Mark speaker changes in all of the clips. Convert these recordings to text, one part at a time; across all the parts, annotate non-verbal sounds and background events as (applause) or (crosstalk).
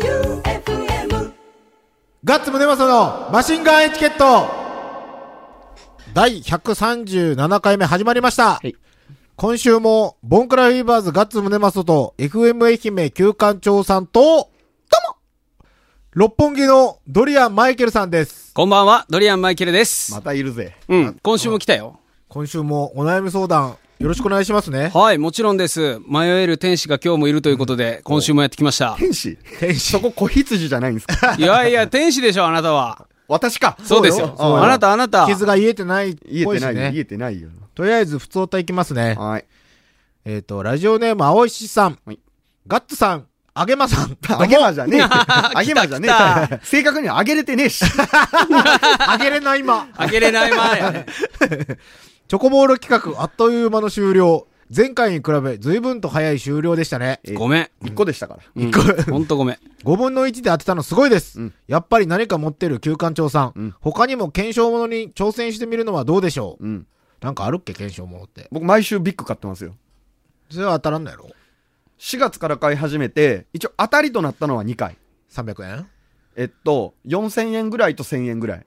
Speaker 1: J-O-E-U-F-M
Speaker 2: ガッツムネマソのマシンガンエチケット第137回目始まりました、
Speaker 3: い
Speaker 2: 今週も、ボンクラフィーバーズガッツムネマソと FM 愛媛旧館長さんと、どうも六本木のドリアン・マイケルさんです。
Speaker 3: こんばんは、ドリアン・マイケルです。
Speaker 4: またいるぜ。
Speaker 3: うん、今週も来たよ。
Speaker 2: 今週もお悩み相談、よろしくお願いしますね。
Speaker 3: はい、もちろんです。迷える天使が今日もいるということで、今週もやってきました。
Speaker 4: 天使天使。そこ小羊じゃないんで
Speaker 3: (laughs)
Speaker 4: すか
Speaker 3: いやいや、天使でしょ、あなたは。
Speaker 4: 私か
Speaker 3: そうですよ。
Speaker 2: そうよ
Speaker 3: あなた、あなた。
Speaker 2: 傷が癒えてないっ
Speaker 4: 言
Speaker 2: ぽ
Speaker 4: え
Speaker 2: い
Speaker 4: て
Speaker 2: し
Speaker 4: ないよ、
Speaker 2: ね。
Speaker 4: 言えてないよ。
Speaker 2: とりあえず、普通歌いきますね。
Speaker 4: はい。
Speaker 2: えっ、と、ラジオネーム、青石さん、
Speaker 4: はい
Speaker 2: ガッツさん、あげまさ
Speaker 4: (laughs)
Speaker 2: ん、
Speaker 4: あげまじゃ
Speaker 3: (laughs)
Speaker 4: ねえ。あげまじゃね
Speaker 3: 来た来
Speaker 4: え。正確にはあげれてねえし。
Speaker 2: あげれない今。
Speaker 3: あげれない前やね。
Speaker 2: チョコボール企画、あっという間の終了。前回に比べ、随分と早い終了でしたね。
Speaker 4: え
Speaker 3: ごめん。
Speaker 4: 一個でしたから。
Speaker 3: うんほんとごめん。
Speaker 2: 5分の1で当てたのすごいです。
Speaker 4: うん
Speaker 2: やっぱり何か持ってる旧館長さん,、
Speaker 4: うん
Speaker 2: 他にも検証ものに挑戦してみるのはどうでしょう、
Speaker 4: うん。
Speaker 2: なんかあるっけ検証ものって。
Speaker 4: 僕毎週ビッグ買ってますよ。
Speaker 2: それは当たらんのやろ
Speaker 4: 4月から買い始めて、一応当たりとなったのは2回。
Speaker 2: ?300 円
Speaker 4: えっと、4000円ぐらいと1000円ぐらい。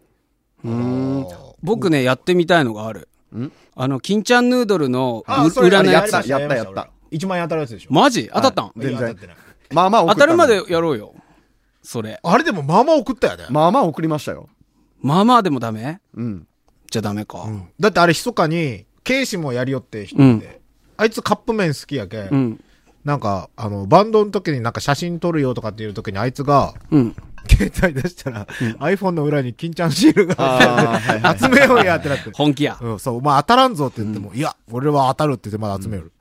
Speaker 2: うん。
Speaker 3: 僕ね、やってみたいのがある
Speaker 4: ん。
Speaker 3: あの、金ちゃんヌードルのう
Speaker 2: あそれ
Speaker 3: 裏
Speaker 2: あ
Speaker 3: の
Speaker 2: れ
Speaker 3: や
Speaker 2: り
Speaker 3: つ
Speaker 2: ま。した
Speaker 4: やったやった
Speaker 2: りまし俺1万円当たるやつでしょ、
Speaker 3: マジ当たったん
Speaker 4: 全然
Speaker 2: いや当たってない
Speaker 4: まあまあ送
Speaker 3: 当
Speaker 4: った
Speaker 3: た
Speaker 4: の
Speaker 3: るまでやろうよ。それ。
Speaker 2: あれでもまあまあ送ったよね。
Speaker 4: まあまあ送りましたよ。
Speaker 3: まあまあでもダメ
Speaker 4: うん。
Speaker 3: じゃダメか。
Speaker 2: だってあれ密かに、警視もやりよって人って、
Speaker 3: うん
Speaker 2: あいつカップ麺好きやけ、ん
Speaker 3: うん。
Speaker 2: なんか、あの、バンドの時になんか写真撮るよとかっていう時にあいつが、
Speaker 3: うん。
Speaker 2: 携帯出したら、iPhone の裏に金ちゃんシールが
Speaker 4: あー
Speaker 2: 貼ってある集めようやってなって。
Speaker 3: 本気や。
Speaker 2: うん、そう、まあ当たらんぞって言っても、いや、俺は当たるって言ってまだ集める。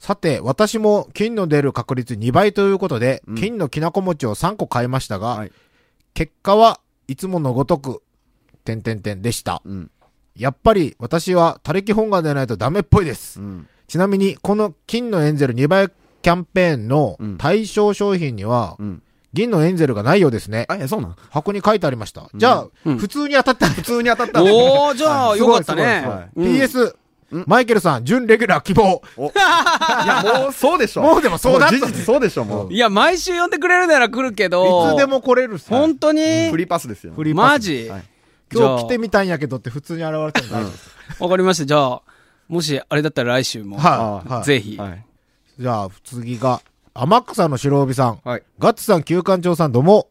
Speaker 2: さて、私も金の出る確率2倍ということで、金のきなこ餅を3個買いましたが、
Speaker 4: はい
Speaker 2: 結果はいつものごとく、点点点でした。
Speaker 4: うん。
Speaker 2: やっぱり私は他力本願でないとダメっぽいです。
Speaker 4: うん。
Speaker 2: ちなみに、この金のエンゼル2倍キャンペーンの
Speaker 4: うん
Speaker 2: 対象商品には、
Speaker 4: うん。
Speaker 2: 銀のエンゼルがないようですね。
Speaker 4: あ、え、そうなん
Speaker 2: 箱に書いてありました。じゃあ、
Speaker 3: うん
Speaker 2: 普通に当たった。
Speaker 4: 普通に当たったんだ
Speaker 3: おー、じゃあ、
Speaker 2: すご
Speaker 3: よ
Speaker 2: い
Speaker 3: か
Speaker 2: す
Speaker 3: った
Speaker 2: ごい
Speaker 3: ね
Speaker 2: す。
Speaker 3: う
Speaker 2: ごい
Speaker 3: ん
Speaker 2: PS、マイケルさん、準レギュラー希望。
Speaker 4: いや、もうそうでしょ。
Speaker 2: もうでもそうだった
Speaker 4: も事実そうでしょ、もう。
Speaker 3: いや、毎週呼んでくれるなら来るけど。
Speaker 2: いつで。も来れるさ。
Speaker 3: 本当に、
Speaker 4: フリーパスですよ。
Speaker 2: フリーパス
Speaker 3: マジ、
Speaker 4: はい
Speaker 3: じゃあ
Speaker 2: 今日来てみたんやけどって普通に現れてるのないです。
Speaker 3: わかりました。じゃあ、もしあれだったら来週も。
Speaker 2: はい。
Speaker 4: あ
Speaker 2: はい。
Speaker 3: ぜひ、
Speaker 4: はい。
Speaker 2: じゃあ、次が、天草の白帯さん。
Speaker 4: はい。
Speaker 2: ガッツさん、旧館長さん、どうも。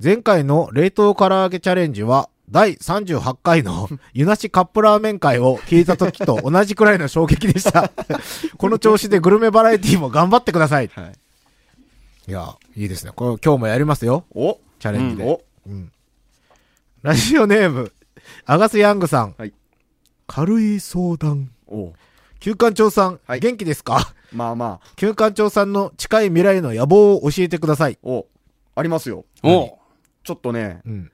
Speaker 2: 前回の冷凍唐揚げチャレンジは、第38回の (laughs) ゆなしカップラーメン会を聞いた時と同じくらいの衝撃で (laughs) した。この調子でグルメバラエティも頑張ってください。
Speaker 4: はい。
Speaker 2: いや、いいですね。これ今日もやりますよ。
Speaker 4: お
Speaker 2: チャレンジで。
Speaker 4: お
Speaker 2: ラジオネーム、アガス・ヤングさん。
Speaker 4: はい
Speaker 2: 軽い相談。
Speaker 4: お
Speaker 2: 旧館長さん、
Speaker 4: はい
Speaker 2: 元気ですか
Speaker 4: まあまあ。
Speaker 2: 旧館長さんの近い未来の野望を教えてください。
Speaker 4: おありますよ。
Speaker 3: おう
Speaker 4: ちょっとね、
Speaker 2: うん。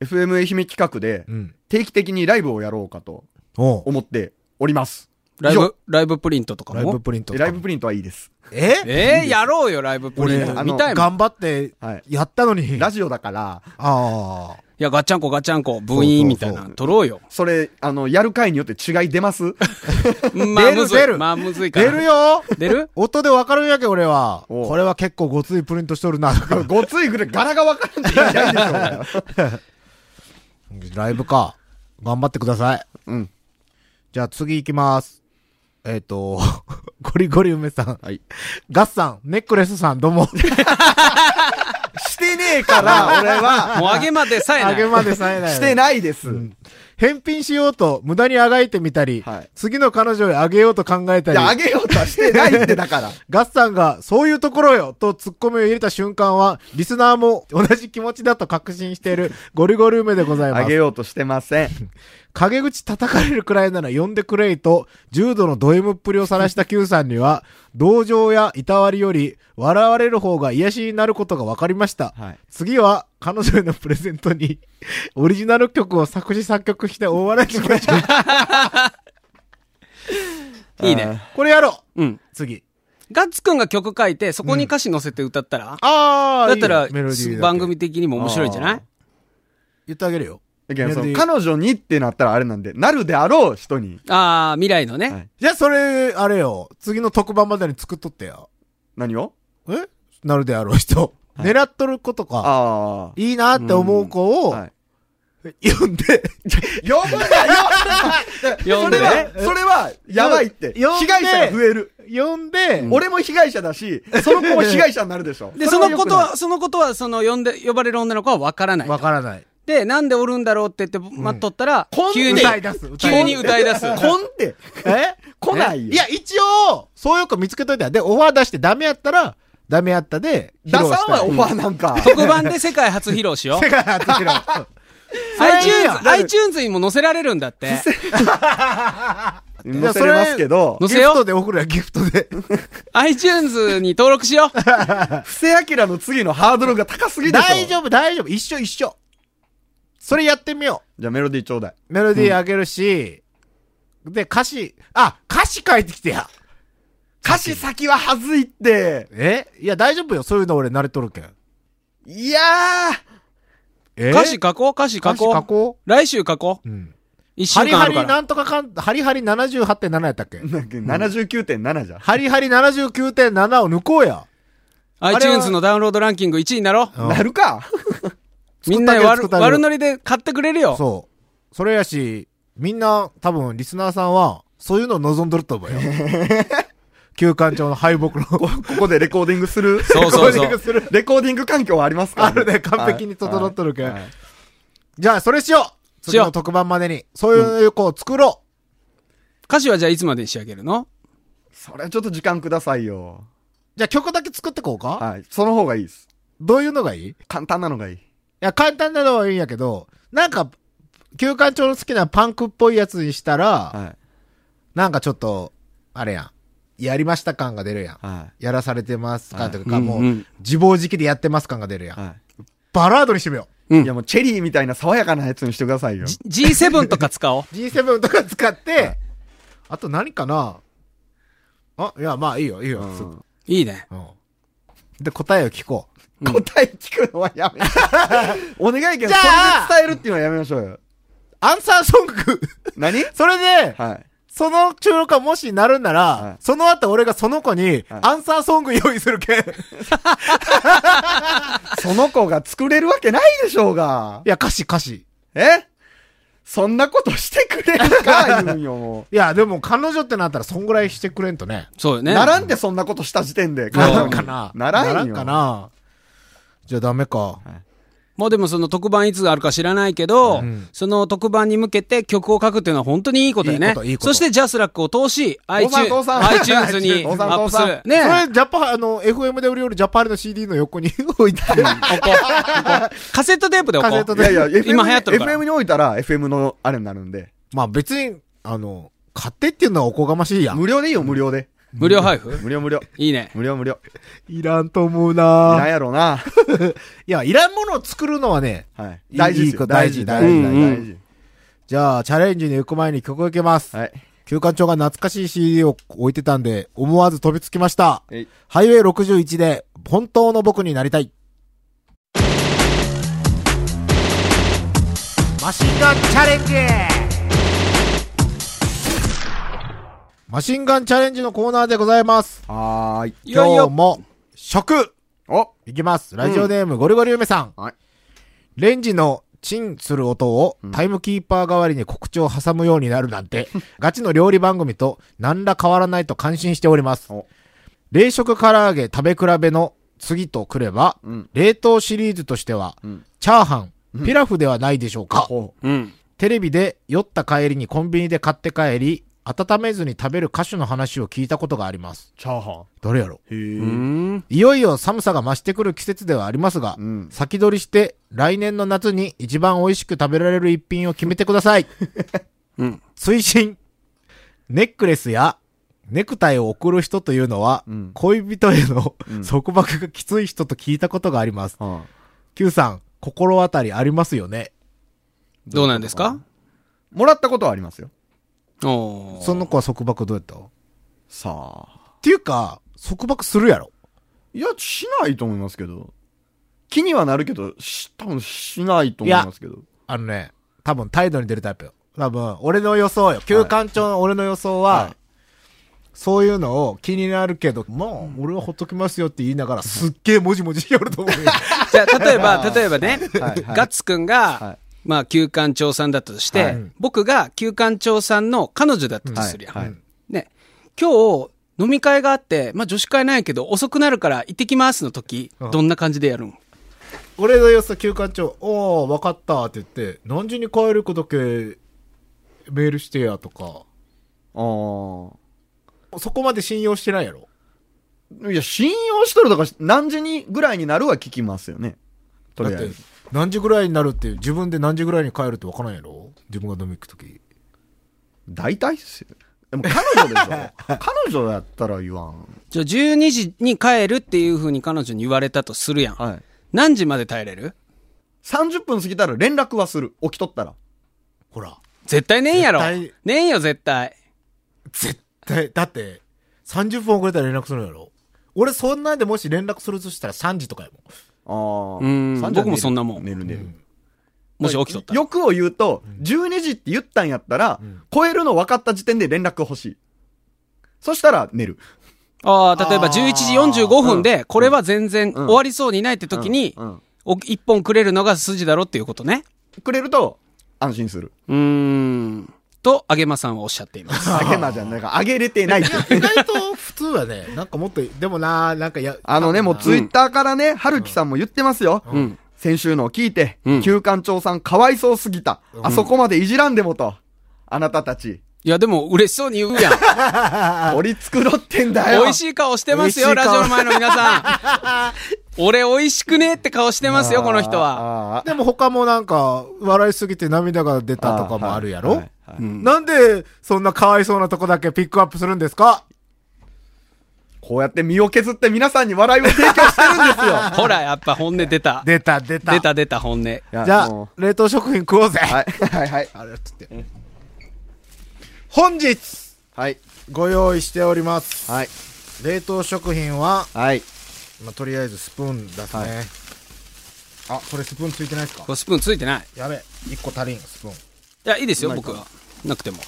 Speaker 4: FM 愛媛企画で
Speaker 2: う、ん。
Speaker 4: 定期的にライブをやろうかと
Speaker 2: おう
Speaker 4: 思っております。
Speaker 3: ライ
Speaker 2: 以
Speaker 3: ブ、ライブプリントとか
Speaker 2: ライブ
Speaker 3: も。
Speaker 2: プリント
Speaker 4: え
Speaker 2: とか
Speaker 4: ライブプリントはいいです。
Speaker 2: え
Speaker 3: えー、やろうよ、ライブプリン
Speaker 4: 俺
Speaker 3: ト。
Speaker 4: あの
Speaker 3: 見たいもん。い
Speaker 2: 頑張って
Speaker 4: はい、
Speaker 2: やったのに。
Speaker 4: ラ
Speaker 2: ジ
Speaker 4: ジオだから、
Speaker 2: ああ。
Speaker 3: や、ガッチャンコガッチャンコ、ブ
Speaker 2: そ
Speaker 3: イ
Speaker 2: うそうそ
Speaker 3: ー
Speaker 2: う
Speaker 3: ンみたいなの撮ろうよ。
Speaker 4: それ、あの、やる回によって違い出ます
Speaker 2: (laughs)
Speaker 3: まあ、
Speaker 2: 出る
Speaker 3: むず
Speaker 2: 出
Speaker 3: い。
Speaker 2: る
Speaker 3: まあ、むずいか
Speaker 2: 出
Speaker 3: ら。
Speaker 2: るよ
Speaker 3: 出る
Speaker 2: 音でわかるんやけ、俺は。
Speaker 4: おう
Speaker 2: これは結構ごついプリントしとるな。 (laughs)
Speaker 4: ごついぐらい柄がわからんって言いたいでしょ俺は。
Speaker 2: ライブか。頑張ってください。
Speaker 4: うん。
Speaker 2: じゃあ次行きます。えっ、と、 (laughs) ゴリゴリ梅さん。
Speaker 4: はい。
Speaker 2: ガッさん、ネックレスさん、どうも。
Speaker 4: してね
Speaker 2: (laughs)
Speaker 4: えから、俺は、
Speaker 3: もう上げまでさえな
Speaker 2: あ
Speaker 3: い。
Speaker 2: げまでさえない。
Speaker 4: してないです。い
Speaker 2: 返品しようと無駄にあがいてみたり、
Speaker 4: はい
Speaker 2: 次の彼女へあげようと考えたり、
Speaker 4: や、あげようとはしてないってだから。
Speaker 2: ガッさんがそういうところよとツッコミを入れた瞬間は、リスナーも同じ気持ちだと確信しているゴリゴリ梅でございま
Speaker 4: あ
Speaker 2: す。
Speaker 4: げようとしてません。
Speaker 2: 陰口叩かれるくらいなら呼んでくれいと、重度のド M っぷりを晒した Q さんには、同情やいたわりより笑われる方が癒しになることが分かりました。
Speaker 4: はい。
Speaker 2: 次は、彼女へのプレゼントに、オリジナル曲を作詞作曲して大笑いしましょう。
Speaker 3: (laughs) いいね。
Speaker 2: これやろう
Speaker 3: うん。
Speaker 2: 次。
Speaker 3: ガッツくんが曲書いて、そこに歌詞載せて歌ったら、
Speaker 2: あ
Speaker 3: だったら
Speaker 2: メロディーだけ
Speaker 3: 番組的にも面白いんじゃない
Speaker 2: 言ってあげるよ。
Speaker 4: だけど、
Speaker 2: メ
Speaker 4: そ
Speaker 2: ロディ
Speaker 4: の、
Speaker 2: ー
Speaker 4: 彼女にってなったらあれなんで、なるであろう人に。
Speaker 3: ああー、未来のね。
Speaker 4: はい
Speaker 2: じゃあそれ、あれよ。次の特番までに作っとってよ。
Speaker 4: 何を
Speaker 2: えなるであろう人、狙っとる子とか、
Speaker 4: あ
Speaker 2: いいなって思う子
Speaker 4: あ。
Speaker 2: を、
Speaker 4: はい。
Speaker 2: 読ん
Speaker 4: (laughs)
Speaker 2: で、
Speaker 4: 呼ぶなよ
Speaker 3: 呼
Speaker 4: そ
Speaker 3: んで
Speaker 4: れは、それは、やばいって。
Speaker 2: 呼んで
Speaker 4: 被害者が増える。
Speaker 2: 読んで、
Speaker 4: 俺も被害者だし、その子も被害者になるでしょ。
Speaker 3: で、
Speaker 4: れ
Speaker 3: そ
Speaker 4: は
Speaker 3: の
Speaker 4: 良
Speaker 3: こ
Speaker 4: く
Speaker 3: と
Speaker 4: ない
Speaker 3: は、そのことは、その、呼んで、呼ばれる女の子は分からない。
Speaker 2: わからない。
Speaker 3: で、なんでおるんだろうって言って、待っとったら、
Speaker 4: こん
Speaker 3: 急に、
Speaker 2: 歌い出す。歌い出
Speaker 3: 急
Speaker 2: す
Speaker 3: に歌い出す。
Speaker 4: こんって、
Speaker 2: え
Speaker 4: 来ないよ。
Speaker 2: いや、、一応、そういう子見つけといたら、で、オファー出してダメやったら、ダメやったで、披
Speaker 4: ダ
Speaker 2: 露
Speaker 4: サ
Speaker 2: し
Speaker 4: ン
Speaker 2: た (laughs) ら
Speaker 4: はオファーなんか。
Speaker 3: (laughs) 特番で世界初披露し
Speaker 2: (laughs)
Speaker 3: よう。
Speaker 2: 世界初披露。それいいやん
Speaker 3: iTunes、iTunes にも載せられるんだって。
Speaker 4: 載せれますけど、
Speaker 3: 載
Speaker 2: ギ
Speaker 3: せ
Speaker 2: フ
Speaker 3: よ
Speaker 2: ト
Speaker 3: う。
Speaker 2: で送るや、ギフトで。
Speaker 3: iTunes に登録しよう。
Speaker 4: 布施明の次のハードルが高すぎでしょ。
Speaker 2: 大丈夫、大丈夫。一緒一緒。それやってみよ
Speaker 4: じゃあメロディーちょうだい。
Speaker 2: う。メロディーあげるし、で、歌詞、あ、歌詞書いてきてや。
Speaker 4: 歌詞先ははずいって。
Speaker 2: えいや、大丈夫よ。そういうの俺慣れとるけん。
Speaker 4: いや
Speaker 2: え
Speaker 3: 歌詞書こう、歌詞書
Speaker 2: 歌詞
Speaker 3: こ
Speaker 2: 書
Speaker 3: う。
Speaker 2: こ
Speaker 3: 来週書こう
Speaker 2: う。。うん。
Speaker 3: 一週
Speaker 2: ハリ
Speaker 3: 間あ
Speaker 2: ハ
Speaker 3: る
Speaker 2: リ
Speaker 3: か
Speaker 2: な
Speaker 3: ら。
Speaker 2: んとかかん、ハリハリ78.7やったっ
Speaker 3: (laughs)
Speaker 2: け
Speaker 4: ー、なんか79.7じゃん。
Speaker 2: ハリハリ79.7を抜こうや。
Speaker 3: iTunes のダウンロードランキング1位になろう。
Speaker 2: うん
Speaker 4: なるか。
Speaker 3: みんなで悪
Speaker 2: 作ったけど作ったけど
Speaker 3: 悪ノリで買ってくれるよ。
Speaker 2: そう。それやし、みんな、多分、リスナーさんは、そういうのを望んどると思
Speaker 3: (laughs)
Speaker 2: うよ。旧館長の敗北の。こ
Speaker 4: ここでレコーディングする。
Speaker 3: そうそうそう
Speaker 4: レコーディングする。 (laughs) レコーディング環境はありますから、
Speaker 2: あるね、完璧に整っとるけん。
Speaker 4: はいはい
Speaker 2: じゃあ、それしよう
Speaker 3: し
Speaker 2: 次
Speaker 3: よう
Speaker 2: の特番までに、そういう子を作ろ
Speaker 3: 歌詞はじゃあいつまでに仕上げるの
Speaker 4: それはちょっと時間くださいよ。
Speaker 2: う。じゃあ、曲だけ作ってこうか、
Speaker 4: はい。その方がいいです。
Speaker 2: どういうのがいいい
Speaker 4: 簡単なのがいい。
Speaker 2: や、簡単なのはいいんやけど、なんか、旧館長の好きなパンクっぽいやつにしたら、
Speaker 4: は
Speaker 2: なんかちょっと、あれやん。やりました感が出るやん。
Speaker 4: い。は
Speaker 2: やらされてます感というか、
Speaker 3: はい
Speaker 2: もう、
Speaker 3: うんうん
Speaker 2: 自暴自棄でやってます感が出るやん。
Speaker 4: い。は
Speaker 2: バラードにしてみよ
Speaker 3: う
Speaker 4: い。
Speaker 3: ん
Speaker 4: いやもうチェリーみたいな爽やかなやつにしてくださいよ。
Speaker 3: G- ?G7 とか使おう。
Speaker 2: う。G7 とか使って、あと何かなあ、いや、まあいいよ、いいよ。
Speaker 4: うん
Speaker 2: すうん
Speaker 3: いいね。
Speaker 2: で、答えを聞こう。
Speaker 3: うん
Speaker 4: 答え聞くのは
Speaker 2: (laughs)
Speaker 4: やめお願いけど、
Speaker 2: じゃあ
Speaker 4: それで伝えるっていうのはやめましょうよ。
Speaker 2: アンサーソング (laughs)
Speaker 4: 何
Speaker 2: それで、
Speaker 4: はい。
Speaker 2: その収録がもしなるんなら、
Speaker 4: はい
Speaker 2: その後俺がその子に、
Speaker 4: はい
Speaker 2: アンサーソング用意するけん。い
Speaker 4: その子が作れるわけないでしょうが。
Speaker 2: や、歌詞歌詞。
Speaker 4: えそんなことしてくれるか言うんよ、も
Speaker 2: いや、でも彼女ってなったらそんぐらいしてくれんと (laughs) ね。
Speaker 3: そうよ
Speaker 4: う。
Speaker 3: ね。
Speaker 4: ならんでそんなことした時点で。
Speaker 2: ならんかな
Speaker 4: (laughs) ならんよ。
Speaker 2: んかなじゃあダメか。
Speaker 3: もうでもその特番いつあるか知らないけど、
Speaker 2: ん
Speaker 3: その特番に向けて曲を書くっていうのは本当にいいことだよね。
Speaker 2: いいこといいこと
Speaker 3: そしてジャスラックを通し、iTunes,
Speaker 4: 父さん父さん
Speaker 3: iTunes にア
Speaker 4: 父さん
Speaker 3: ップする。
Speaker 2: それ、
Speaker 3: ねえ。
Speaker 2: ジャパン、あの、FM で売りよるジャパールの CD の横に置いて、
Speaker 3: ここここカセットテープでおこう。
Speaker 2: カセット
Speaker 4: い (laughs) やいや、FM
Speaker 3: 今流行ってるから
Speaker 4: FM に置いたら FM のあれになるんで。
Speaker 2: まあ別に、あの、買ってっていうのはおこがましいやん。
Speaker 4: 無料でいいよ、無料で。
Speaker 3: 無料配布
Speaker 4: 無料無料。
Speaker 3: いいね。
Speaker 4: 無料無料。
Speaker 2: いらんと思う
Speaker 4: なん
Speaker 2: な
Speaker 4: やろうな。
Speaker 2: いや、いらんものを作るのはね、
Speaker 4: はい。
Speaker 2: い
Speaker 4: 大事です
Speaker 2: い
Speaker 4: よ
Speaker 2: い
Speaker 4: 大事、
Speaker 2: 大
Speaker 4: 大
Speaker 2: 事
Speaker 4: 事、
Speaker 3: 大事
Speaker 4: 大事。
Speaker 2: じゃあ、チャレンジに行く前に曲を受けます。
Speaker 4: はい。
Speaker 2: 休館長が懐かしい CD を置いてたんで、思わず飛びつきました。
Speaker 4: えい
Speaker 2: ハイウェイ61で、本当の僕になりたい。マシンガンチャレンジマシンガンチャレンジのコーナーでございます。
Speaker 4: はーい。
Speaker 3: い
Speaker 2: 今
Speaker 3: よい
Speaker 2: 日
Speaker 3: よ。
Speaker 2: も、食
Speaker 4: お
Speaker 2: いきます。ラジオネーム、ゴリゴリ梅さん。
Speaker 4: はい
Speaker 2: レンジのチンする音を
Speaker 4: ん
Speaker 2: タイムキーパー代わりに告知を挟むようになるなん
Speaker 4: (laughs)
Speaker 2: て、ガチの料理番組と何ら変わらないと感心しております
Speaker 4: お。
Speaker 2: 冷食唐揚げ食べ比べの次とくれば、
Speaker 4: うん
Speaker 2: 冷凍シリーズとしては、
Speaker 4: うん
Speaker 2: チャーハン、ピラフではないでしょうか。
Speaker 4: ほ
Speaker 3: うん。
Speaker 2: テレビで酔った帰りにコンビニで買って帰り、温めずに食べる歌手の話を聞いたことがあります。
Speaker 4: チャーハ
Speaker 2: どれやろ
Speaker 3: う
Speaker 4: ン。へえ。
Speaker 3: ん。
Speaker 2: いよいよ寒さが増してくる季節ではありますが、
Speaker 4: うん
Speaker 2: 先取りして来年の夏に一番美味しく食べられる一品を決めてください。
Speaker 3: (laughs) うん。
Speaker 2: 推進。ネックレスやネクタイを贈る人というのは、
Speaker 4: うん
Speaker 2: 恋人への、
Speaker 4: うん
Speaker 2: 束縛がきつい人と聞いたことがあります。
Speaker 4: は
Speaker 2: Q さん、心当たりありますよね。
Speaker 3: どうなんですか
Speaker 4: いもらったことはありますよ。
Speaker 3: おー
Speaker 2: その子は束縛どうやったっ
Speaker 4: さあ。
Speaker 2: ていうか、束縛するやろ。
Speaker 4: いや、しないと思いますけど。気にはなるけど、し、多分しないと思いますけど。
Speaker 2: あのね、多分態度に出るタイプよ。多分、俺の予想よ。旧館長の俺の予想は、
Speaker 4: はい
Speaker 2: そういうのを気になるけど、まあ、俺はほっときますよって言いながら、すっげえもじもじしておると思うよ。
Speaker 3: じゃあ、例えば、例えばね、
Speaker 4: はいはい
Speaker 3: ガッツくん
Speaker 4: は
Speaker 3: が
Speaker 4: い、
Speaker 3: まあ、旧館長さんだったとして、
Speaker 4: はい
Speaker 3: 僕が旧館長さんの彼女だったとするやん。
Speaker 4: はいはい
Speaker 3: ね、今日、飲み会があって、まあ、女子会ないけど、遅くなるから行ってきますの時、
Speaker 2: うん
Speaker 3: どんな感じでやるん
Speaker 2: (laughs) 俺の様子は休館長、おー、わかったって言って、何時に帰るかだけメールしてやとか、
Speaker 4: あ
Speaker 2: そこまで信用してないやろ。
Speaker 4: あ。いや、信用しとるとか、何時にぐらいになるは聞きますよね。と
Speaker 2: だっ
Speaker 4: りあえ
Speaker 2: て
Speaker 4: ず。、
Speaker 2: 何時ぐらいになるって、自分で何時ぐらいに帰るってわからんやろ自分が飲み行くとき。
Speaker 4: 大体っすよ。でも彼 (laughs) 女でしょ彼女やったら言わん。
Speaker 3: じゃあ、12時に帰るっていう風に彼女に言われたとするやん。
Speaker 4: はい。
Speaker 3: 何時まで耐えれる
Speaker 4: 30分過ぎたら連絡はする。起きとったら。
Speaker 2: ほら。
Speaker 3: 絶対ねえんやろ。
Speaker 2: 絶
Speaker 3: ねえんよ、絶対。
Speaker 2: 絶対、だって、30分遅れたら連絡するんやろ俺そんなんでもし連絡するとしたら3時とかやもん。
Speaker 4: ああ。
Speaker 3: うん
Speaker 4: 30は
Speaker 3: 僕もそんなもん
Speaker 4: 寝る寝る。
Speaker 3: もし起きとったら。
Speaker 4: 欲を言うと、12時って言ったんやったら、超えるの分かった時点で連絡欲しい。そしたら寝る。
Speaker 3: ああ、例えば
Speaker 2: あー
Speaker 3: 11時45分で、これは全然終わりそうにないって時に
Speaker 4: うんうん、
Speaker 3: お一本くれるのが筋だろっていうことね。
Speaker 4: くれると、安
Speaker 3: (laughs)
Speaker 4: 心する。
Speaker 3: うーん。と、あげまさんはおっしゃっています。
Speaker 4: あげなじゃん。なんか、あげれてない (laughs) って。
Speaker 2: 意外と普通は
Speaker 4: (laughs)
Speaker 2: ね、なんかもっと、でもな、なんかや、
Speaker 4: あのね、もうツイッターからね、はるきさんも言ってますよ。
Speaker 3: うん。
Speaker 4: 先週のを聞いて、
Speaker 3: うん
Speaker 4: 旧館長さんかわいそうすぎた。あそこまでいじらんでもと。あなたたち、
Speaker 3: いや、でも嬉しそうに言うやん。
Speaker 4: 取り繕ってんだよ。
Speaker 3: 美味しい顔してますよ、
Speaker 4: 美
Speaker 3: ラ
Speaker 4: 味しい
Speaker 3: ジ
Speaker 4: 顔
Speaker 3: オの前の皆さん。俺美味しくねって顔してますよ、この人は。
Speaker 4: は。
Speaker 2: でも他もなんか、笑いすぎて涙が出たとかもあるやろ、
Speaker 4: はいはいはい
Speaker 3: うん
Speaker 2: なんで、そんなかわいそうなとこだけピックアップするんですか
Speaker 4: こうやって身を削って皆さんに笑いを提供してるんですよ。
Speaker 3: ほら、やっぱ本音出た。
Speaker 2: 出た、出た。
Speaker 3: 出た出た本音。
Speaker 4: いや
Speaker 2: じゃ
Speaker 4: もう
Speaker 2: あ、冷凍食品食おうぜ。
Speaker 4: はい、はい、はい。
Speaker 2: あれっつって。本日、
Speaker 4: はい、
Speaker 2: ご用意しております。
Speaker 4: はい、
Speaker 2: 冷凍食品は、
Speaker 4: はい。
Speaker 2: まあ、とりあえずスプーン出すね。あ、これスプーンついてないですか
Speaker 3: これスプーンついてない。
Speaker 2: やべ、一個足りん、スプーン。
Speaker 3: いや、いいですよ、僕は。なくても。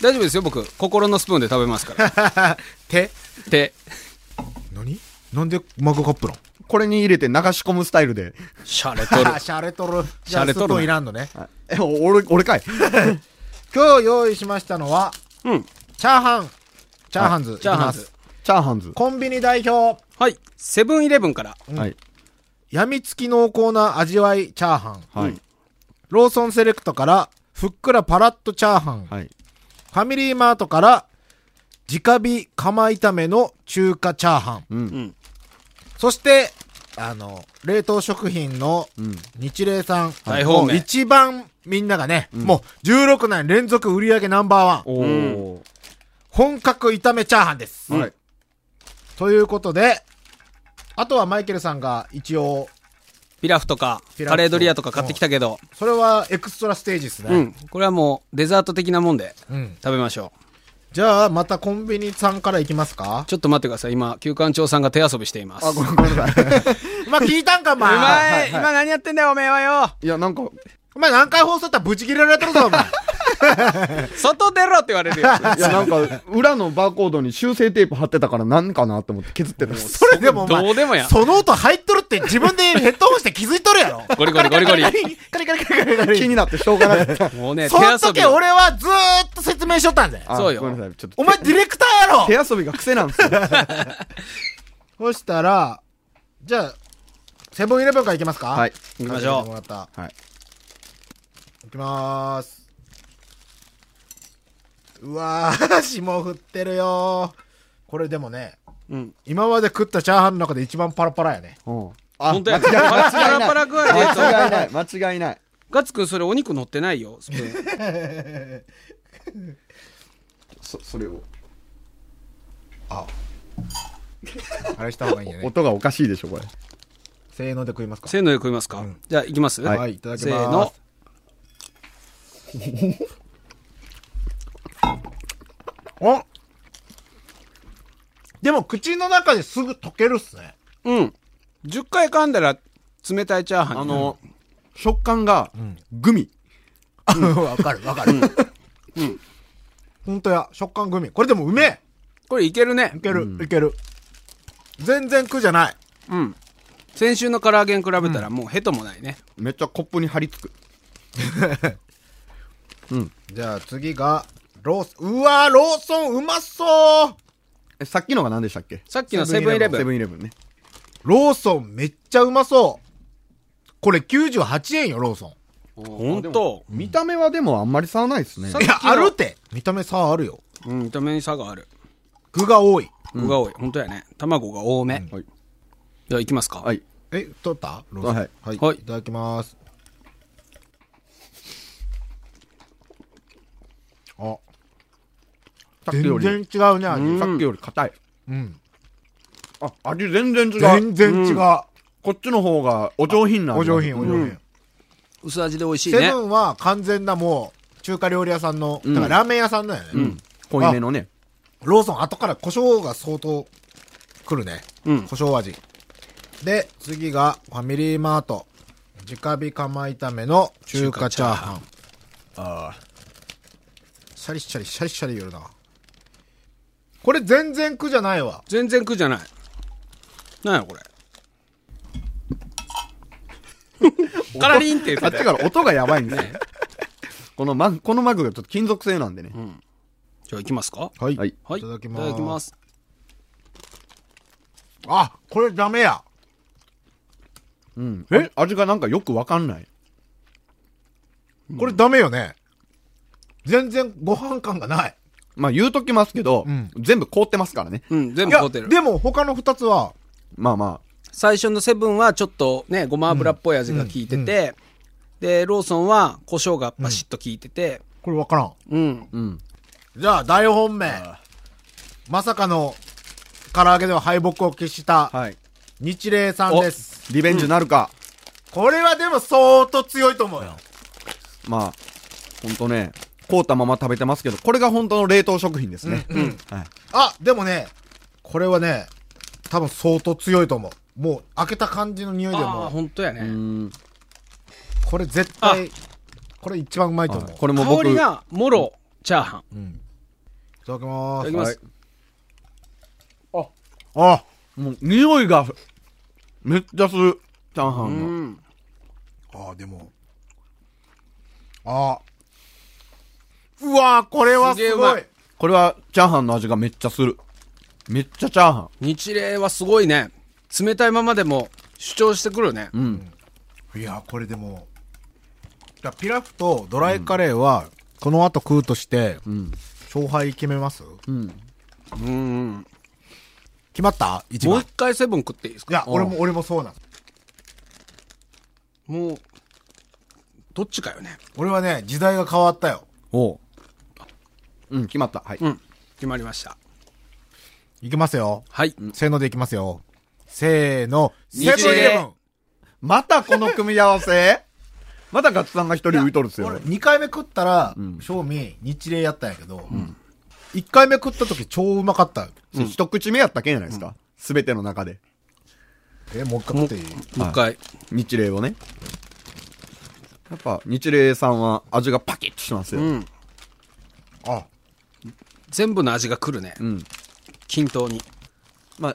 Speaker 3: 大丈夫ですよ、僕。心のスプーンで食べま
Speaker 2: (laughs)
Speaker 3: すから。 (laughs)
Speaker 2: 手
Speaker 3: で、
Speaker 2: 何なんでマグカップなの
Speaker 4: これに入れて流し込むスタイルで。
Speaker 3: シャレ
Speaker 2: (laughs)
Speaker 3: とる
Speaker 2: あ、。シャレとる。
Speaker 3: シャレとるね
Speaker 2: じゃあスプーンいらんのね。
Speaker 4: え、お俺、
Speaker 3: (laughs)
Speaker 4: 俺かい。
Speaker 2: 今日用意しましたのは、
Speaker 3: うん。
Speaker 2: チャーハン。チャーハンズ。
Speaker 3: チャーハンズ
Speaker 2: いきます
Speaker 4: チャーハンズ。
Speaker 2: コンビニ代表。
Speaker 3: はい。セブンイレブンから。
Speaker 4: はい、
Speaker 2: やみつき濃厚な味わいチャーハン。
Speaker 4: はい、
Speaker 2: ローソンセレクトから、ふっくらパラッとチャーハン。
Speaker 4: はい。
Speaker 2: ファミリーマートから、直火釜炒めの中華チャーハン。
Speaker 4: うん
Speaker 3: ん
Speaker 2: そして、あの、冷凍食品の日霊さん。
Speaker 3: 大
Speaker 2: も
Speaker 3: 方面
Speaker 2: う一番みんながね、もう16年連続売り上げナンバーワン。
Speaker 4: おー。
Speaker 2: 本格炒めチャーハンです。
Speaker 4: はい。
Speaker 2: ということで、あとはマイケルさんが一応、
Speaker 3: ピラフとか、
Speaker 2: ピラフと
Speaker 3: カレードリアとか買ってきたけど、
Speaker 2: それはエクストラステージです
Speaker 3: う
Speaker 2: ね。
Speaker 3: ん。これはもうデザート的なもんで
Speaker 2: うん。
Speaker 3: 食べましょう。
Speaker 2: じゃあ、またコンビニさんから行きますか
Speaker 3: ちょっと待ってください。今、旧館長さんが手遊びしています。
Speaker 4: あ、
Speaker 3: お
Speaker 4: ごめんごめんなさい。
Speaker 3: (laughs)
Speaker 2: まあ聞いたんか、お
Speaker 3: 前、
Speaker 2: 前。
Speaker 3: 今何やってんだよ、おめえはよ。
Speaker 4: いや、なんか、
Speaker 2: お前何回放送やったらブチ切れられてるぞ、
Speaker 3: (laughs)
Speaker 2: お前。
Speaker 3: 外出ろって言われるよ。
Speaker 4: いや、なんか、裏のバーコードに修正テープ貼ってたから何かなと思って削ってた。
Speaker 2: それでもお前、
Speaker 3: どうでもや
Speaker 2: その音入っとるって自分でヘッドホンして気づいとるやろ。
Speaker 3: ゴリゴリゴリ
Speaker 2: (laughs)
Speaker 3: ゴリ。
Speaker 2: カリカリカリカリカリ。
Speaker 4: 気になってしょうがない。
Speaker 3: (laughs) もうね、手
Speaker 2: その
Speaker 3: 遊び
Speaker 2: 時
Speaker 3: よ。
Speaker 2: 俺はずーっと説明しとったんだよ。
Speaker 4: あ
Speaker 3: そうよ
Speaker 4: ごめんなさい。ちょっと。
Speaker 2: お前ディレクターやろ
Speaker 4: 手遊びが癖なんですよ。
Speaker 2: そしたら、じゃあ、セブンイレブンから行きますか
Speaker 4: はい。。
Speaker 3: 行きましょう
Speaker 2: もらった。
Speaker 4: はい。
Speaker 2: 行きまーす。うわー、 (laughs) 霜降ってるよー。これでもね、
Speaker 3: うん。
Speaker 2: 今まで食ったチャーハンの中で一番パラパラやね。
Speaker 4: うん。あ
Speaker 3: 本当や。パ
Speaker 4: 間違い
Speaker 3: ラ
Speaker 4: ない
Speaker 3: パラ具合でやつ
Speaker 4: 間違いない。間違いない。
Speaker 3: ガッツくん、それお肉乗ってないよ、スプーン。
Speaker 4: そ、それを。
Speaker 2: あれした方がいいよね。
Speaker 4: 音がおかしいでしょ、これ。
Speaker 2: せーので食いますか。
Speaker 3: せーので食いますか、じゃあ、行きます
Speaker 2: はいいただきます
Speaker 3: せーの。
Speaker 2: おでも口の中ですぐ溶けるっすね。
Speaker 3: うん。10回噛んだら、冷たいチャーハンに
Speaker 4: あ
Speaker 3: なる
Speaker 4: の、食感が、グミ。
Speaker 2: (laughs) わかるわかる。うん。ほんとや、食感グミ。これでもうめえ
Speaker 3: これいけるね
Speaker 2: い。ける、いける。全然苦じゃない。
Speaker 3: うん。先週の唐揚げに比べたらもうヘトもないね。
Speaker 4: めっちゃコップに張り付く。
Speaker 2: じゃあ次が、ロース、うわー、ローソンうまそう
Speaker 4: え、さっきのが何でしたっけ
Speaker 3: さっきのセブンイレブ
Speaker 4: セブ
Speaker 3: ン。
Speaker 4: ンイレブンね。
Speaker 2: ローソンめっちゃうまそうこれ98円よ、ローソン。
Speaker 3: ほんと。
Speaker 4: 見た目はでもあんまり差はないですね
Speaker 3: さ。
Speaker 2: いや
Speaker 3: っ、きの
Speaker 2: あるって見た目差あるよ。
Speaker 3: うん、見た目に差がある。
Speaker 2: 具が多い。
Speaker 3: 具が多い。ほんとやね。卵が多め。
Speaker 4: はい。
Speaker 3: じゃあいきますか。
Speaker 4: はい。
Speaker 2: え、取ったローソン。
Speaker 4: はい
Speaker 2: はい。
Speaker 3: はい
Speaker 2: いただきます。あ、
Speaker 4: さっき
Speaker 2: 全
Speaker 4: より、
Speaker 2: 然違うね、味。
Speaker 4: さっきより硬い。
Speaker 2: うん。
Speaker 4: あ、味全然違う。
Speaker 2: 全然違う。
Speaker 4: こっちの方がお上品な味
Speaker 2: お上品、お上
Speaker 4: うん
Speaker 2: 品。
Speaker 3: 薄味で美味しい
Speaker 2: セ
Speaker 3: ね
Speaker 2: ブ。ンは完全なもう、中華料理屋さんの、
Speaker 4: うん
Speaker 2: だからラーメン屋さんだよね。
Speaker 4: うん。濃いめのね。
Speaker 2: ローソン、後から胡椒が相当、くるね。
Speaker 3: うん
Speaker 2: 胡椒味。で、次が、ファミリーマート。直火釜炒めの中華チャーハン。ああ。シャリシャリ、シャリシャリ言うな。これ全然苦じゃないわ。
Speaker 3: 全然苦じゃない。なんやこれ。
Speaker 2: (laughs)
Speaker 3: カラリンって言って
Speaker 4: あったちから音がやばいんですね。このマグ、このマグがちょっと金属製なんでね。
Speaker 3: じゃあいきますか。
Speaker 2: はい
Speaker 4: はい
Speaker 3: はい。
Speaker 2: いただきます
Speaker 3: いただきます。
Speaker 2: あ、これダメや。
Speaker 4: うん。
Speaker 2: え
Speaker 4: 味がなんかよくわかんない。
Speaker 2: これダメよね。全然ご飯感がない。
Speaker 4: まあ言うときますけど、
Speaker 2: うん
Speaker 4: 全部凍ってますからね。
Speaker 3: うん、全
Speaker 2: い
Speaker 3: 部
Speaker 2: や、
Speaker 3: ホテル。
Speaker 2: でも他の二つは、
Speaker 4: まあま
Speaker 3: 最初のセブンはちょっとね、ごま油っぽい味が効いてて、で、ローソンは胡椒がバシッと効いてて、
Speaker 2: これわからん。
Speaker 3: うん。
Speaker 4: あ、うん。
Speaker 2: じゃあ、大本命。まさかの、唐揚げでは敗北を喫した、
Speaker 4: はい。
Speaker 2: 日霊さんです。
Speaker 4: リベンジなるか。
Speaker 2: これはでも相当強いと思うよ。
Speaker 4: まあ、ほんとね、凍ったまま食べてますけど、これが本当の冷凍食品ですね。はい。
Speaker 2: あ、でもね、これはね、多分相当強いと思う。もう、開けた感じの匂いで
Speaker 3: ああ、
Speaker 2: も、
Speaker 3: 本当やね。
Speaker 4: うん。
Speaker 2: これ絶対、これ一番うまいと思う。
Speaker 4: これも
Speaker 3: 香
Speaker 4: 僕、
Speaker 3: りが、もろ、チャーハン。
Speaker 2: いただきま
Speaker 3: いた
Speaker 2: ー
Speaker 3: だ
Speaker 2: す
Speaker 3: き。ます。
Speaker 2: あ、
Speaker 4: もう匂いが、めっちゃする。チャーハ
Speaker 3: う
Speaker 4: ンの。
Speaker 3: ん。
Speaker 2: あーでも、あーうわーこれはす
Speaker 3: すげ
Speaker 2: ご
Speaker 3: ーうま
Speaker 2: い
Speaker 3: い
Speaker 4: これは、チャーハンの味がめっちゃする。めっちゃチャーハ
Speaker 3: 日霊はすごいね。冷たいままでも主張してくるね。
Speaker 4: ン。うん。
Speaker 2: いや、これでも、だピラフとドライカレーは、この後食うとして、
Speaker 4: ん
Speaker 2: 勝敗決めます
Speaker 4: うん。
Speaker 3: うん。
Speaker 2: 決まった一
Speaker 3: もう
Speaker 2: 番。
Speaker 3: 一回セブン食っていいです
Speaker 2: い
Speaker 3: か
Speaker 2: や、俺も、俺もそうなん
Speaker 3: もう、どっちかよね。
Speaker 2: 俺はね、時代が変わったよ。
Speaker 4: おう。うん、決まった。はい。
Speaker 3: うん。決まりました。
Speaker 2: いきますよ。
Speaker 3: はい。
Speaker 2: せーのでいきますよ。せーの、
Speaker 3: 日
Speaker 2: セブンイレ
Speaker 4: またこの組み合わせ (laughs) またガッツさんが一人浮いとるっす
Speaker 2: ブン俺、
Speaker 4: よ。
Speaker 2: 2回目食ったら
Speaker 4: ん、
Speaker 2: 正味、日霊やったんやけど、一1回目食った時超うまかった。
Speaker 4: うん一口目やったけんやないですか。すべての中で。
Speaker 2: え、もう一回食っていい
Speaker 3: もう一回。
Speaker 4: 日霊をね。やっぱ、日霊さんは味がパキッとしてますよ。
Speaker 3: うん。
Speaker 2: あ、
Speaker 3: 全部の味が来るね。
Speaker 4: ん
Speaker 3: 均等に。
Speaker 4: まあ、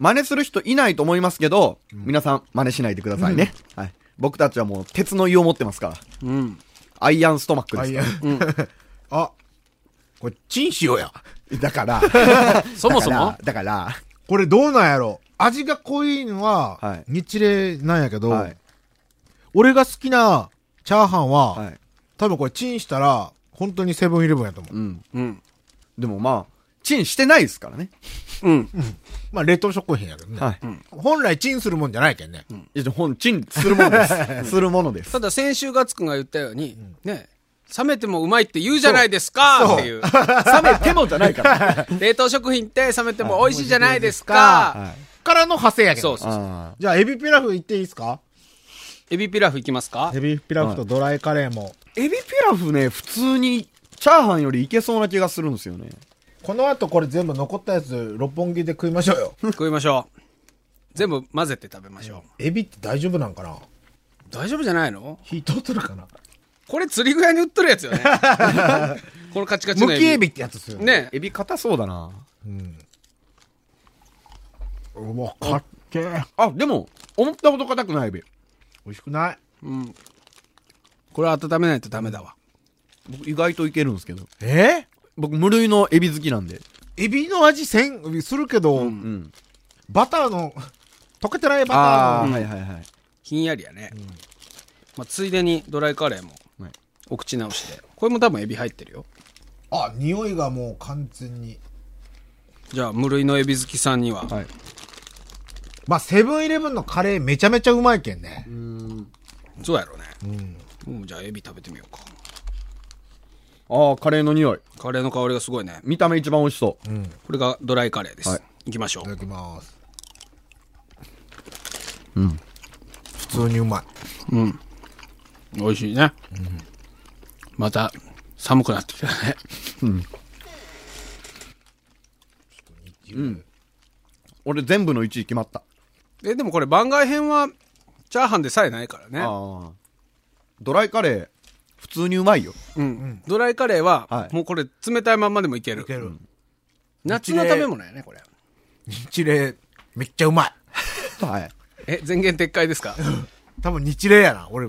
Speaker 4: 真似する人いないと思いますけど、皆さん真似しないでくださいね。はい。僕たちはもう鉄の胃を持ってますから。
Speaker 3: うん。
Speaker 4: アイアンストマック
Speaker 2: あ、
Speaker 4: で
Speaker 2: い
Speaker 4: す
Speaker 2: や
Speaker 4: か。
Speaker 2: (laughs) あ、これ、チンしようや。
Speaker 4: ら。だ
Speaker 2: (laughs)
Speaker 4: から、
Speaker 3: そもそも
Speaker 4: だから、
Speaker 2: これどうなんやろ味が濃いの
Speaker 4: は、
Speaker 2: はい日霊なんやけど、
Speaker 4: はい。
Speaker 2: 俺が好きなチャーハンは、
Speaker 4: はい。
Speaker 2: 多分これチンしたら、本当にセブンイレブンやと思う。
Speaker 4: うん。
Speaker 3: うん。
Speaker 4: でもまあ、チンしてないですからね。
Speaker 3: うん。
Speaker 2: まあ、冷凍食品やけどね。
Speaker 4: はい。
Speaker 2: 本来チンするもんじゃないけんね。
Speaker 4: いや、本、チンするものです。 (laughs) するものです
Speaker 3: た。だ先週ガッツくんが言ったように、ね、冷めてもうまいって言うじゃないですかっていう。
Speaker 4: 冷めてもじゃないから。
Speaker 3: (laughs) 冷凍食品って冷めても美味しいじゃないです
Speaker 2: は
Speaker 3: か。
Speaker 4: はい。
Speaker 2: からの派生やけ
Speaker 3: そ
Speaker 2: ど。
Speaker 3: うそうそう。
Speaker 4: あ
Speaker 2: じゃあ、エビピラフいっていいですか
Speaker 3: エビピラフいきますか
Speaker 2: エビピラフとドライカレーも。
Speaker 4: ーエビピラフね、普通に、チャーハンよりいけそうな気がするんですよね。
Speaker 2: この後これ全部残ったやつ、六本木で食いましょうよ。
Speaker 3: 食いましょう。全部混ぜて食べましょ
Speaker 2: エビって大丈夫なんかな
Speaker 3: う。大丈夫じゃないの
Speaker 2: 火通ってるかな
Speaker 3: これ釣り
Speaker 4: (laughs)
Speaker 3: 具屋に売っとるやつよね。このカチカチ
Speaker 2: む
Speaker 3: のエビ。
Speaker 2: きエビってやつする。。
Speaker 3: ね。
Speaker 4: エビ硬そうだな。
Speaker 2: うわ、かっけえ。
Speaker 4: あ、でも、思ったほど硬くないべ。
Speaker 2: 美味しくない
Speaker 3: うん。これ温めないとダメだわ。
Speaker 4: 僕意外といけるんですけど。
Speaker 2: え
Speaker 4: 僕無類のエビ好きなんで。
Speaker 2: エビの味せん、するけど、
Speaker 4: うん。
Speaker 2: バターの、溶けてないバ
Speaker 4: あ
Speaker 2: ター
Speaker 4: あ、
Speaker 2: の、
Speaker 4: はいはいはい。
Speaker 3: ひんやりやね。まあ、ついでにドライカレーも
Speaker 4: はい
Speaker 3: お口直しで。これも多分エビ入ってるよ。
Speaker 2: あ、匂いがもう完全に。
Speaker 3: じゃあ、無類のエビ好きさんには。
Speaker 4: はい。
Speaker 2: まあ、セブンイレブンのカレーめちゃめちゃうまいけんね。
Speaker 3: そうやろね。うん。じゃあ、エビ食べてみようか。
Speaker 4: ああ、カレーの匂い。
Speaker 3: カレーの香りがすごいね。
Speaker 4: 見た目一番美味しそう。
Speaker 3: これがドライカレーです。
Speaker 4: はい
Speaker 3: い、きましょ
Speaker 2: いた
Speaker 3: う
Speaker 2: だ。きます。うん。普通にうまい。
Speaker 3: 美味しいね。また、寒くな
Speaker 4: (laughs)
Speaker 3: ってきたね。
Speaker 4: 俺全部の1位決まった。
Speaker 3: え、でもこれ番外編は、チャーハンでさえないからね。
Speaker 4: ああ。ドライカレー、普通にうまいよ。
Speaker 3: うん。ドライカレーは、
Speaker 4: はい
Speaker 3: もうこれ冷たいまんまでもいける。
Speaker 2: いける。
Speaker 3: 夏の食べ物やね、これ。
Speaker 2: 日霊、めっちゃうまい。
Speaker 4: はい。
Speaker 3: え、全言撤回です
Speaker 4: (laughs)
Speaker 3: か
Speaker 2: 多分日霊やな、俺。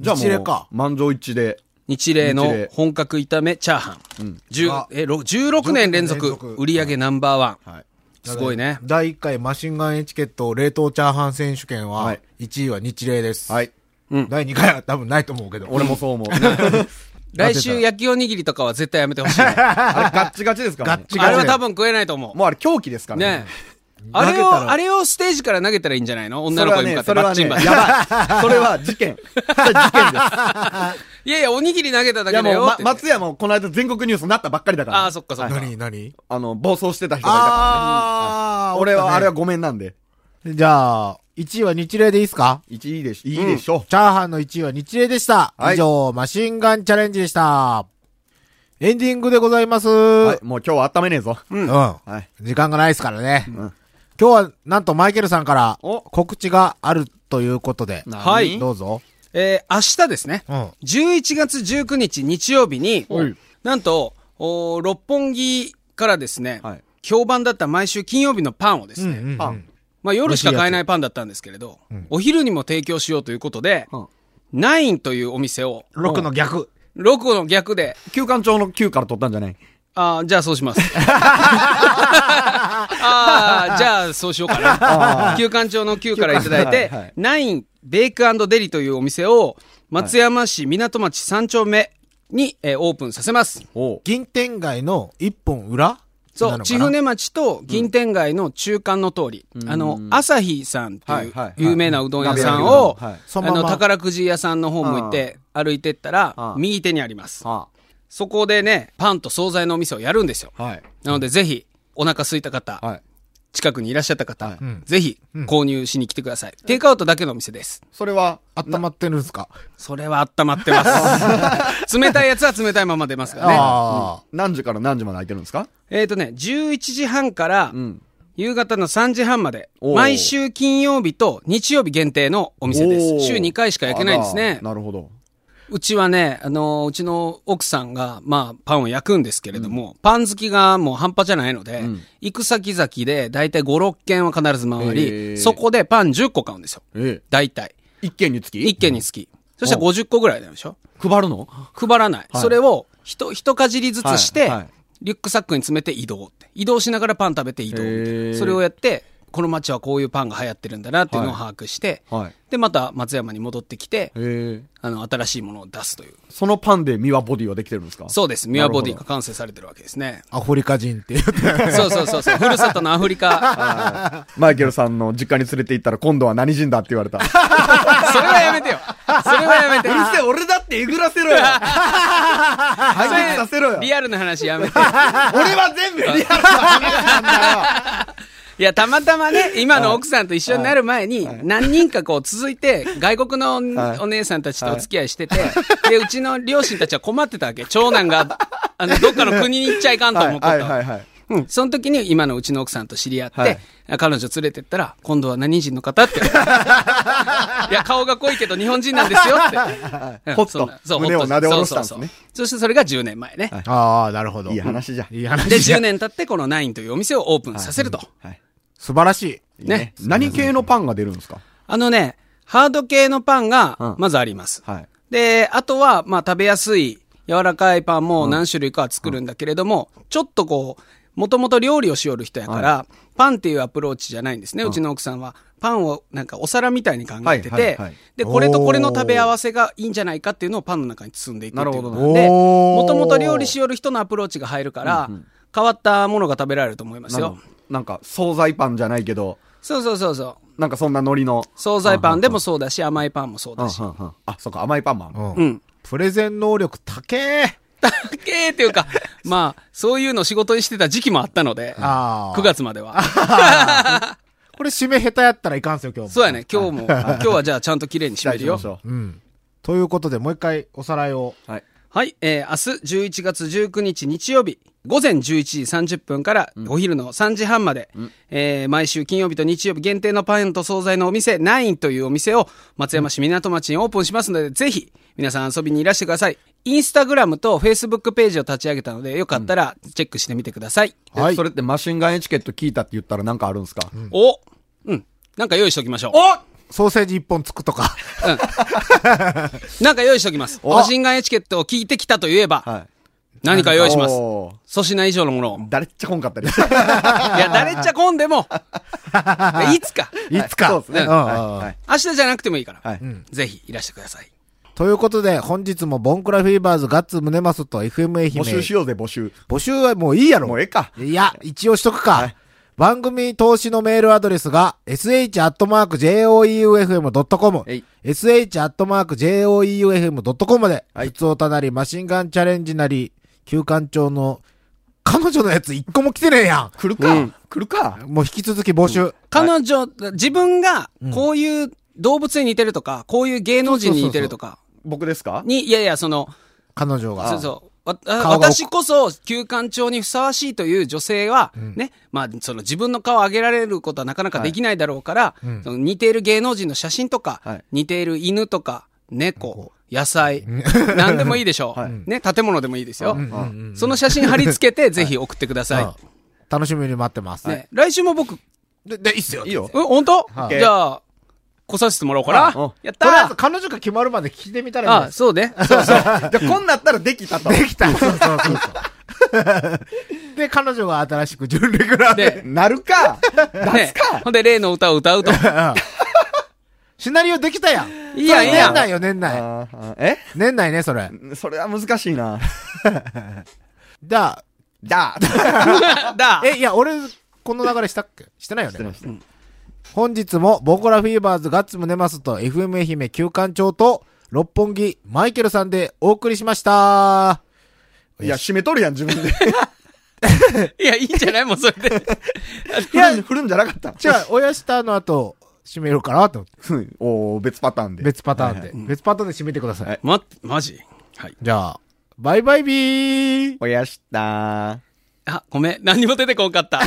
Speaker 4: じゃあ
Speaker 2: 日霊か
Speaker 4: も。う、満場一致で。
Speaker 3: 日霊
Speaker 4: 日
Speaker 3: の
Speaker 4: 霊
Speaker 3: 本格炒めチャーハン。十
Speaker 2: あ
Speaker 3: えろ16年連続
Speaker 2: 16年連続
Speaker 3: 売り上げナンバーワン。
Speaker 4: はい。
Speaker 3: すごいね。
Speaker 2: 第1回マシンガンエチケット冷凍チャーハン選手権
Speaker 4: は、
Speaker 2: はい1位は日霊です。
Speaker 4: はい。
Speaker 2: 第2回は多分ないと思うけど。
Speaker 4: 俺もそう (laughs) 思う。あ
Speaker 3: 来週焼きおにぎりとかは絶対やめてほしい
Speaker 4: (laughs)
Speaker 3: ね、
Speaker 4: れガッチガチですからね
Speaker 2: ガッチ違う
Speaker 3: あれは多分食えないと思う。
Speaker 4: もうあれ狂気ですからね。
Speaker 3: ねえ。あれ
Speaker 2: 投げた
Speaker 3: を、
Speaker 2: ら
Speaker 3: あれをステージから投げたらいいんじゃないの女
Speaker 4: それ
Speaker 3: の子
Speaker 4: は
Speaker 3: に向かっ
Speaker 4: ね、
Speaker 3: て
Speaker 4: それ
Speaker 3: バッ
Speaker 4: は
Speaker 3: チ
Speaker 4: ね、
Speaker 3: ン
Speaker 4: や
Speaker 3: バッ
Speaker 4: ばい
Speaker 3: チン。。
Speaker 4: それは
Speaker 3: (laughs)
Speaker 4: 事件。それ事件です。
Speaker 3: いやいや、おにぎり投げただ
Speaker 4: (laughs) いや
Speaker 3: けだ
Speaker 4: も
Speaker 3: よ
Speaker 4: う、ま
Speaker 3: って。
Speaker 4: 松屋もこの間全国ニュースになったばっかりだから。
Speaker 3: ああ、そっかそっか。
Speaker 2: 何何
Speaker 4: あの、暴走してた人がいたからね。俺は、あれはごめんなんで。
Speaker 2: じゃあ、1位は日霊でいいですか
Speaker 4: 1位でし、いいでしょ
Speaker 2: チャーハンの1位は日霊でした。
Speaker 4: はい
Speaker 2: 以上、マシンガンチャレンジでした。エンディングでございます。
Speaker 4: う。はい、もう今日は温めねえぞ。
Speaker 2: うん。
Speaker 4: はい。
Speaker 2: 時間がないですからね。
Speaker 4: ん
Speaker 2: 今日は、なんとマイケルさんから
Speaker 4: お
Speaker 2: 告知があるということで。
Speaker 4: 何
Speaker 3: はい
Speaker 2: どうぞ。
Speaker 3: えー明日ですね。
Speaker 2: うん
Speaker 3: 11月19日日曜日に
Speaker 4: はい、
Speaker 3: なんと、おー六本木からですね、
Speaker 4: はい
Speaker 3: 評判だった毎週金曜日のパンをですね、
Speaker 4: パン。
Speaker 3: まあ夜しか買えないパンだったんですけれど、お昼にも提供しようということで、
Speaker 4: うん
Speaker 3: ナインというお店を、
Speaker 2: 6の逆。
Speaker 3: 6の逆で、
Speaker 4: 旧館長の旧から取ったんじゃない
Speaker 3: あーじゃあそうします。
Speaker 4: (laughs)
Speaker 3: あーじゃあそうしようかな。旧館長の旧からいただい
Speaker 4: 旧館はい
Speaker 3: て
Speaker 4: はい、
Speaker 3: ナインベイクデリというお店を、松山市港町三丁目に、えーオープンさせます。
Speaker 4: おう。
Speaker 2: 銀天街の1本裏
Speaker 3: そ
Speaker 2: なの
Speaker 3: う、
Speaker 2: か
Speaker 3: 千
Speaker 2: な
Speaker 3: 船町と銀天街の中間の通り、あの、朝日さんって
Speaker 4: はいいうはいはい
Speaker 3: 有名なうどん屋さん
Speaker 4: 鍋焼
Speaker 3: を、
Speaker 4: きうどんはい
Speaker 2: そ
Speaker 3: あ
Speaker 2: のまま
Speaker 3: の、宝くじ屋さんの方向いて歩いてったら
Speaker 4: う、ん
Speaker 3: 右手にあります。
Speaker 4: は
Speaker 3: そこでね、パンと惣菜のお店をやるんですよ。
Speaker 4: あはい。
Speaker 3: なので、ぜひ、お腹空いた方、
Speaker 4: はい。
Speaker 3: 近くにいらっしゃった方、
Speaker 4: はい
Speaker 3: ぜひ購入しに来てください。テイクアウトだけのお店です。
Speaker 4: それは、
Speaker 2: 温まってるんですか
Speaker 3: それは温まって
Speaker 4: (laughs)
Speaker 3: ます。冷たいやつは冷たいまま出ますからね。
Speaker 2: あ
Speaker 4: 何時から何時まで空いてるんですか
Speaker 3: えっ、とね、11時半から
Speaker 4: ん
Speaker 3: 夕方の3時半まで、
Speaker 4: おー
Speaker 3: 毎週金曜日と日曜日限定のお店です。週2回しか焼けないんですね
Speaker 4: あ。なるほど。
Speaker 3: うちはね、あのーうちの奥さんが、まあ、パンを焼くんですけれども、パン好きがもう半端じゃないので、行く先々で大体5、6軒は必ず回
Speaker 4: へ
Speaker 3: り、
Speaker 4: ー
Speaker 3: そこでパン10個買うんですよ。
Speaker 4: え
Speaker 3: 大体。
Speaker 4: え。1件につき
Speaker 3: 1軒につき。そしたら50個ぐらいなんでしょ
Speaker 4: 配るの
Speaker 3: 配らない。それを、ひと、ひとかじりずつして、
Speaker 4: はいはい
Speaker 3: リュックサックに詰めて移動って。移動しながらパン食べて移動みたいな
Speaker 4: へー
Speaker 3: それをやって、この街はこういうパンが流行ってるんだなっていうのを把握して、
Speaker 4: はいはい
Speaker 3: で、また松山に戻ってきて、
Speaker 4: ええ。
Speaker 3: あの、新しいものを出すという。
Speaker 4: そのパンでミワボディはできてるんですか
Speaker 3: そうです。ミュアボディ
Speaker 4: な
Speaker 3: が完成されてるわけですね。
Speaker 2: あ、アフリカ人って言って。
Speaker 3: そうそうそう
Speaker 4: (laughs)
Speaker 3: そう。ふるさとのアフリカ。
Speaker 4: マイケルさんの実家に連れて行ったら今度は何人だって言
Speaker 3: (laughs)
Speaker 4: われた。うる
Speaker 3: それはやめてよ。それはやめて。
Speaker 4: せえ、俺だってえぐらせろ
Speaker 3: (laughs)
Speaker 4: よ反撃させろよ
Speaker 3: リアルな話やめて。
Speaker 4: (laughs) 俺は全部リアルな話なんだよ
Speaker 3: (laughs) いや、たまたまね、今の奥さんと一緒になる前に、何人かこう続いて、外国の
Speaker 4: はい
Speaker 3: お姉さんたちとお付き合いしてて、で、うちの両親たちは困ってたわけ。長男が、あの、どっかの国に行っちゃいかんと
Speaker 4: は
Speaker 3: 思
Speaker 4: い
Speaker 3: っとっ
Speaker 4: はい
Speaker 3: た
Speaker 4: はい
Speaker 3: わ。
Speaker 4: はい。
Speaker 3: うん、その時に今のうちの奥さんと知り合って、
Speaker 4: はい
Speaker 3: 彼女連れてったら、今度は何人の方って。 (laughs) いや、顔が濃いけど日本人なんですよって。うん
Speaker 4: ほっと
Speaker 3: そんなそう、
Speaker 4: 胸を
Speaker 3: ほっと
Speaker 4: 撫で下ろしたんです
Speaker 3: そう
Speaker 4: ね
Speaker 3: そうそうそしてそれが10年前ね。
Speaker 4: はい
Speaker 2: ああ、なるほど。
Speaker 4: いい話じゃん
Speaker 2: いい話
Speaker 3: で、
Speaker 2: じゃ
Speaker 3: 10
Speaker 2: ん。
Speaker 3: 年経ってこのナインというお店をオープンさせると。
Speaker 4: はい。
Speaker 2: 素晴らしい。
Speaker 4: いいね
Speaker 3: ね
Speaker 4: 何系のパンが出るんですか
Speaker 3: あのね、ハード系のパン
Speaker 4: うん
Speaker 3: がまずあります。
Speaker 4: はい。
Speaker 3: で、あとは、まあ食べやすい柔らかいパンも何種類かは作るんだけれども、ちょっとこう、もともと料理をしよる人やから、パンっていうアプローチじゃないんですね、うちの奥さんは。パンをなんかお皿みたいに考えてて、
Speaker 4: はいはいはい
Speaker 3: で、これとこれの食べ合わせがいいんじゃないかっていうのをパンの中に包んでいくっていうこと
Speaker 4: なる
Speaker 2: ほ
Speaker 3: な
Speaker 2: ど
Speaker 3: んで、
Speaker 2: おー
Speaker 3: もともと料理しよる人のアプローチが入るから、変わったものが食べられると思います
Speaker 4: な
Speaker 3: よ
Speaker 4: ん。なんか、惣菜パンじゃないけど、
Speaker 3: そうそうそうそう。
Speaker 4: なんかそんな海苔の。
Speaker 3: 惣菜パンでもそうだし、甘いパンもそう
Speaker 4: うんう
Speaker 3: だし。
Speaker 4: んうん。あ、そっか、甘いパンマン。
Speaker 2: うん。
Speaker 3: うん。
Speaker 2: プレゼン能力高え。
Speaker 3: だけってい
Speaker 2: (laughs)
Speaker 3: うか、まあ、そういうの仕事にしてた時期もあったので、
Speaker 2: あー
Speaker 3: 9月までは。
Speaker 2: これ締め下手やったらいかんすよ、今日も。
Speaker 3: (laughs) そうやね、今日も、
Speaker 2: (laughs)
Speaker 3: 今日はじゃあちゃんと綺麗に締めるよ。
Speaker 4: よ。
Speaker 2: うん。ということで、もう一回おさらいを。
Speaker 4: はい。
Speaker 3: はい、えー、明日11月19日日曜日、午前11時30分からお昼の3時半まで、えー毎週金曜日と日曜日限定のパンと惣菜のお店、ナインというお店を松山市港町にオープンしますので、ぜひ皆さん遊びにいらしてください。インスタグラムとフェイスブックページを立ち上げたので、よかったらチェックしてみてください。
Speaker 4: で
Speaker 2: はい
Speaker 4: それってマシンガンエチケット聞いたって言ったらなんかあるんですか
Speaker 3: おうん。なんか用意しておきましょう。
Speaker 2: ソーセージ一本つくとか。 (laughs)
Speaker 3: なんか用意しておきます。
Speaker 4: お
Speaker 3: マシンガンエチケットを聞いてきたといえば、
Speaker 4: はい。
Speaker 3: 何か用意します。
Speaker 4: おー
Speaker 3: 粗品以上のものを。
Speaker 4: 誰っちゃこんかったり。
Speaker 3: いや、誰っちゃ混んでも、 (laughs) いつか。
Speaker 2: いつか。
Speaker 4: そうですね。
Speaker 2: ん
Speaker 4: (laughs) はいはい。
Speaker 3: 明日じゃなくてもいいから、
Speaker 4: はい。
Speaker 3: ぜひいらしてください。
Speaker 2: ということで、本日もボンクラフィーバーズガッツムネマスと FM 愛媛。
Speaker 4: 募集しようぜ、募集。
Speaker 2: 募集はもういいやろ。
Speaker 4: もうええか。
Speaker 2: いや、一応しとくか。
Speaker 4: はい
Speaker 2: 番組投資のメールアドレスが、sh.joeufm.com
Speaker 4: えい。
Speaker 2: sh.joeufm.com まで、
Speaker 4: はい
Speaker 2: 普通おたなり、マシンガンチャレンジなり、旧館長の、彼女のやつ一個も来てねえや
Speaker 4: 来るか。来るか。
Speaker 2: ん。もう引き続き募集。
Speaker 3: 彼女、自分が、こういう動物に似てるとか、こういう芸能人に似てるとか、
Speaker 4: 僕ですか
Speaker 3: に、いやいや、その、
Speaker 2: 彼女
Speaker 3: そう
Speaker 2: が。
Speaker 3: そう。わ
Speaker 2: が
Speaker 3: 私こそ、休館長にふさわしいという女性は、ね、まあ、その自分の顔を上げられることはなかなかできないだろうから、その似ている芸能人の写真とか、
Speaker 4: はい
Speaker 3: 似ている犬とか、猫、野菜、何でもいいでしょう。
Speaker 4: はい
Speaker 3: ね、建物でもいいですよ。
Speaker 4: あ
Speaker 3: その写真貼り付けて、ぜひ送ってください。
Speaker 2: うん楽しみに待ってます。
Speaker 3: ね、来週も僕、
Speaker 2: で、で、いいっすよ。
Speaker 4: いいよ
Speaker 3: え、。本当、
Speaker 2: はい
Speaker 3: じゃあ、来させてもらおうかな。
Speaker 4: うん
Speaker 3: やっ
Speaker 2: と
Speaker 3: た
Speaker 2: りあえず
Speaker 3: ー
Speaker 2: 彼女が決まるまで聞いてみたらいいん
Speaker 3: あ
Speaker 2: です。
Speaker 3: そうね。そうそう。
Speaker 4: じゃあ、こんなったらできたと。
Speaker 2: できた。そうそうそうそう。 (laughs) で、彼女が新しく準レギュラーで。
Speaker 3: で、
Speaker 4: なる (laughs) か。
Speaker 3: ね、ほんで、例の歌を歌うと。 (laughs)
Speaker 2: シナリオできたやん。
Speaker 3: いいや
Speaker 2: そ
Speaker 3: ん
Speaker 2: れ
Speaker 3: いいやん
Speaker 2: 年内よ、年内。
Speaker 4: あーえ
Speaker 2: 年内ね、それ。
Speaker 4: それは難しいな。
Speaker 2: じゃあ、
Speaker 4: だ。
Speaker 3: だ。
Speaker 2: え、いや、俺、この流れしたっけしてないよ
Speaker 4: 失礼
Speaker 2: ね。
Speaker 4: して。
Speaker 2: 本日も、ボコラフィーバーズガッツムネマスと FM 愛媛旧館長と、六本木マイケルさんでお送りしました。
Speaker 4: (laughs) いや、締めとるやん、自分で。
Speaker 3: いや、いいんじゃないもうそれで。 (laughs)
Speaker 4: いや、 (laughs) 振るんじゃなかった。
Speaker 2: じゃあ、親下の後、締めようかなと思って。
Speaker 4: うんおー別パターンで。
Speaker 2: 別パターン
Speaker 4: はい
Speaker 2: で。別パターンで締めてください。
Speaker 3: ま、マジはい。
Speaker 2: じゃあ、バイバイビー
Speaker 4: おやしたー。
Speaker 3: あ、ごめん。何も出てこんかった。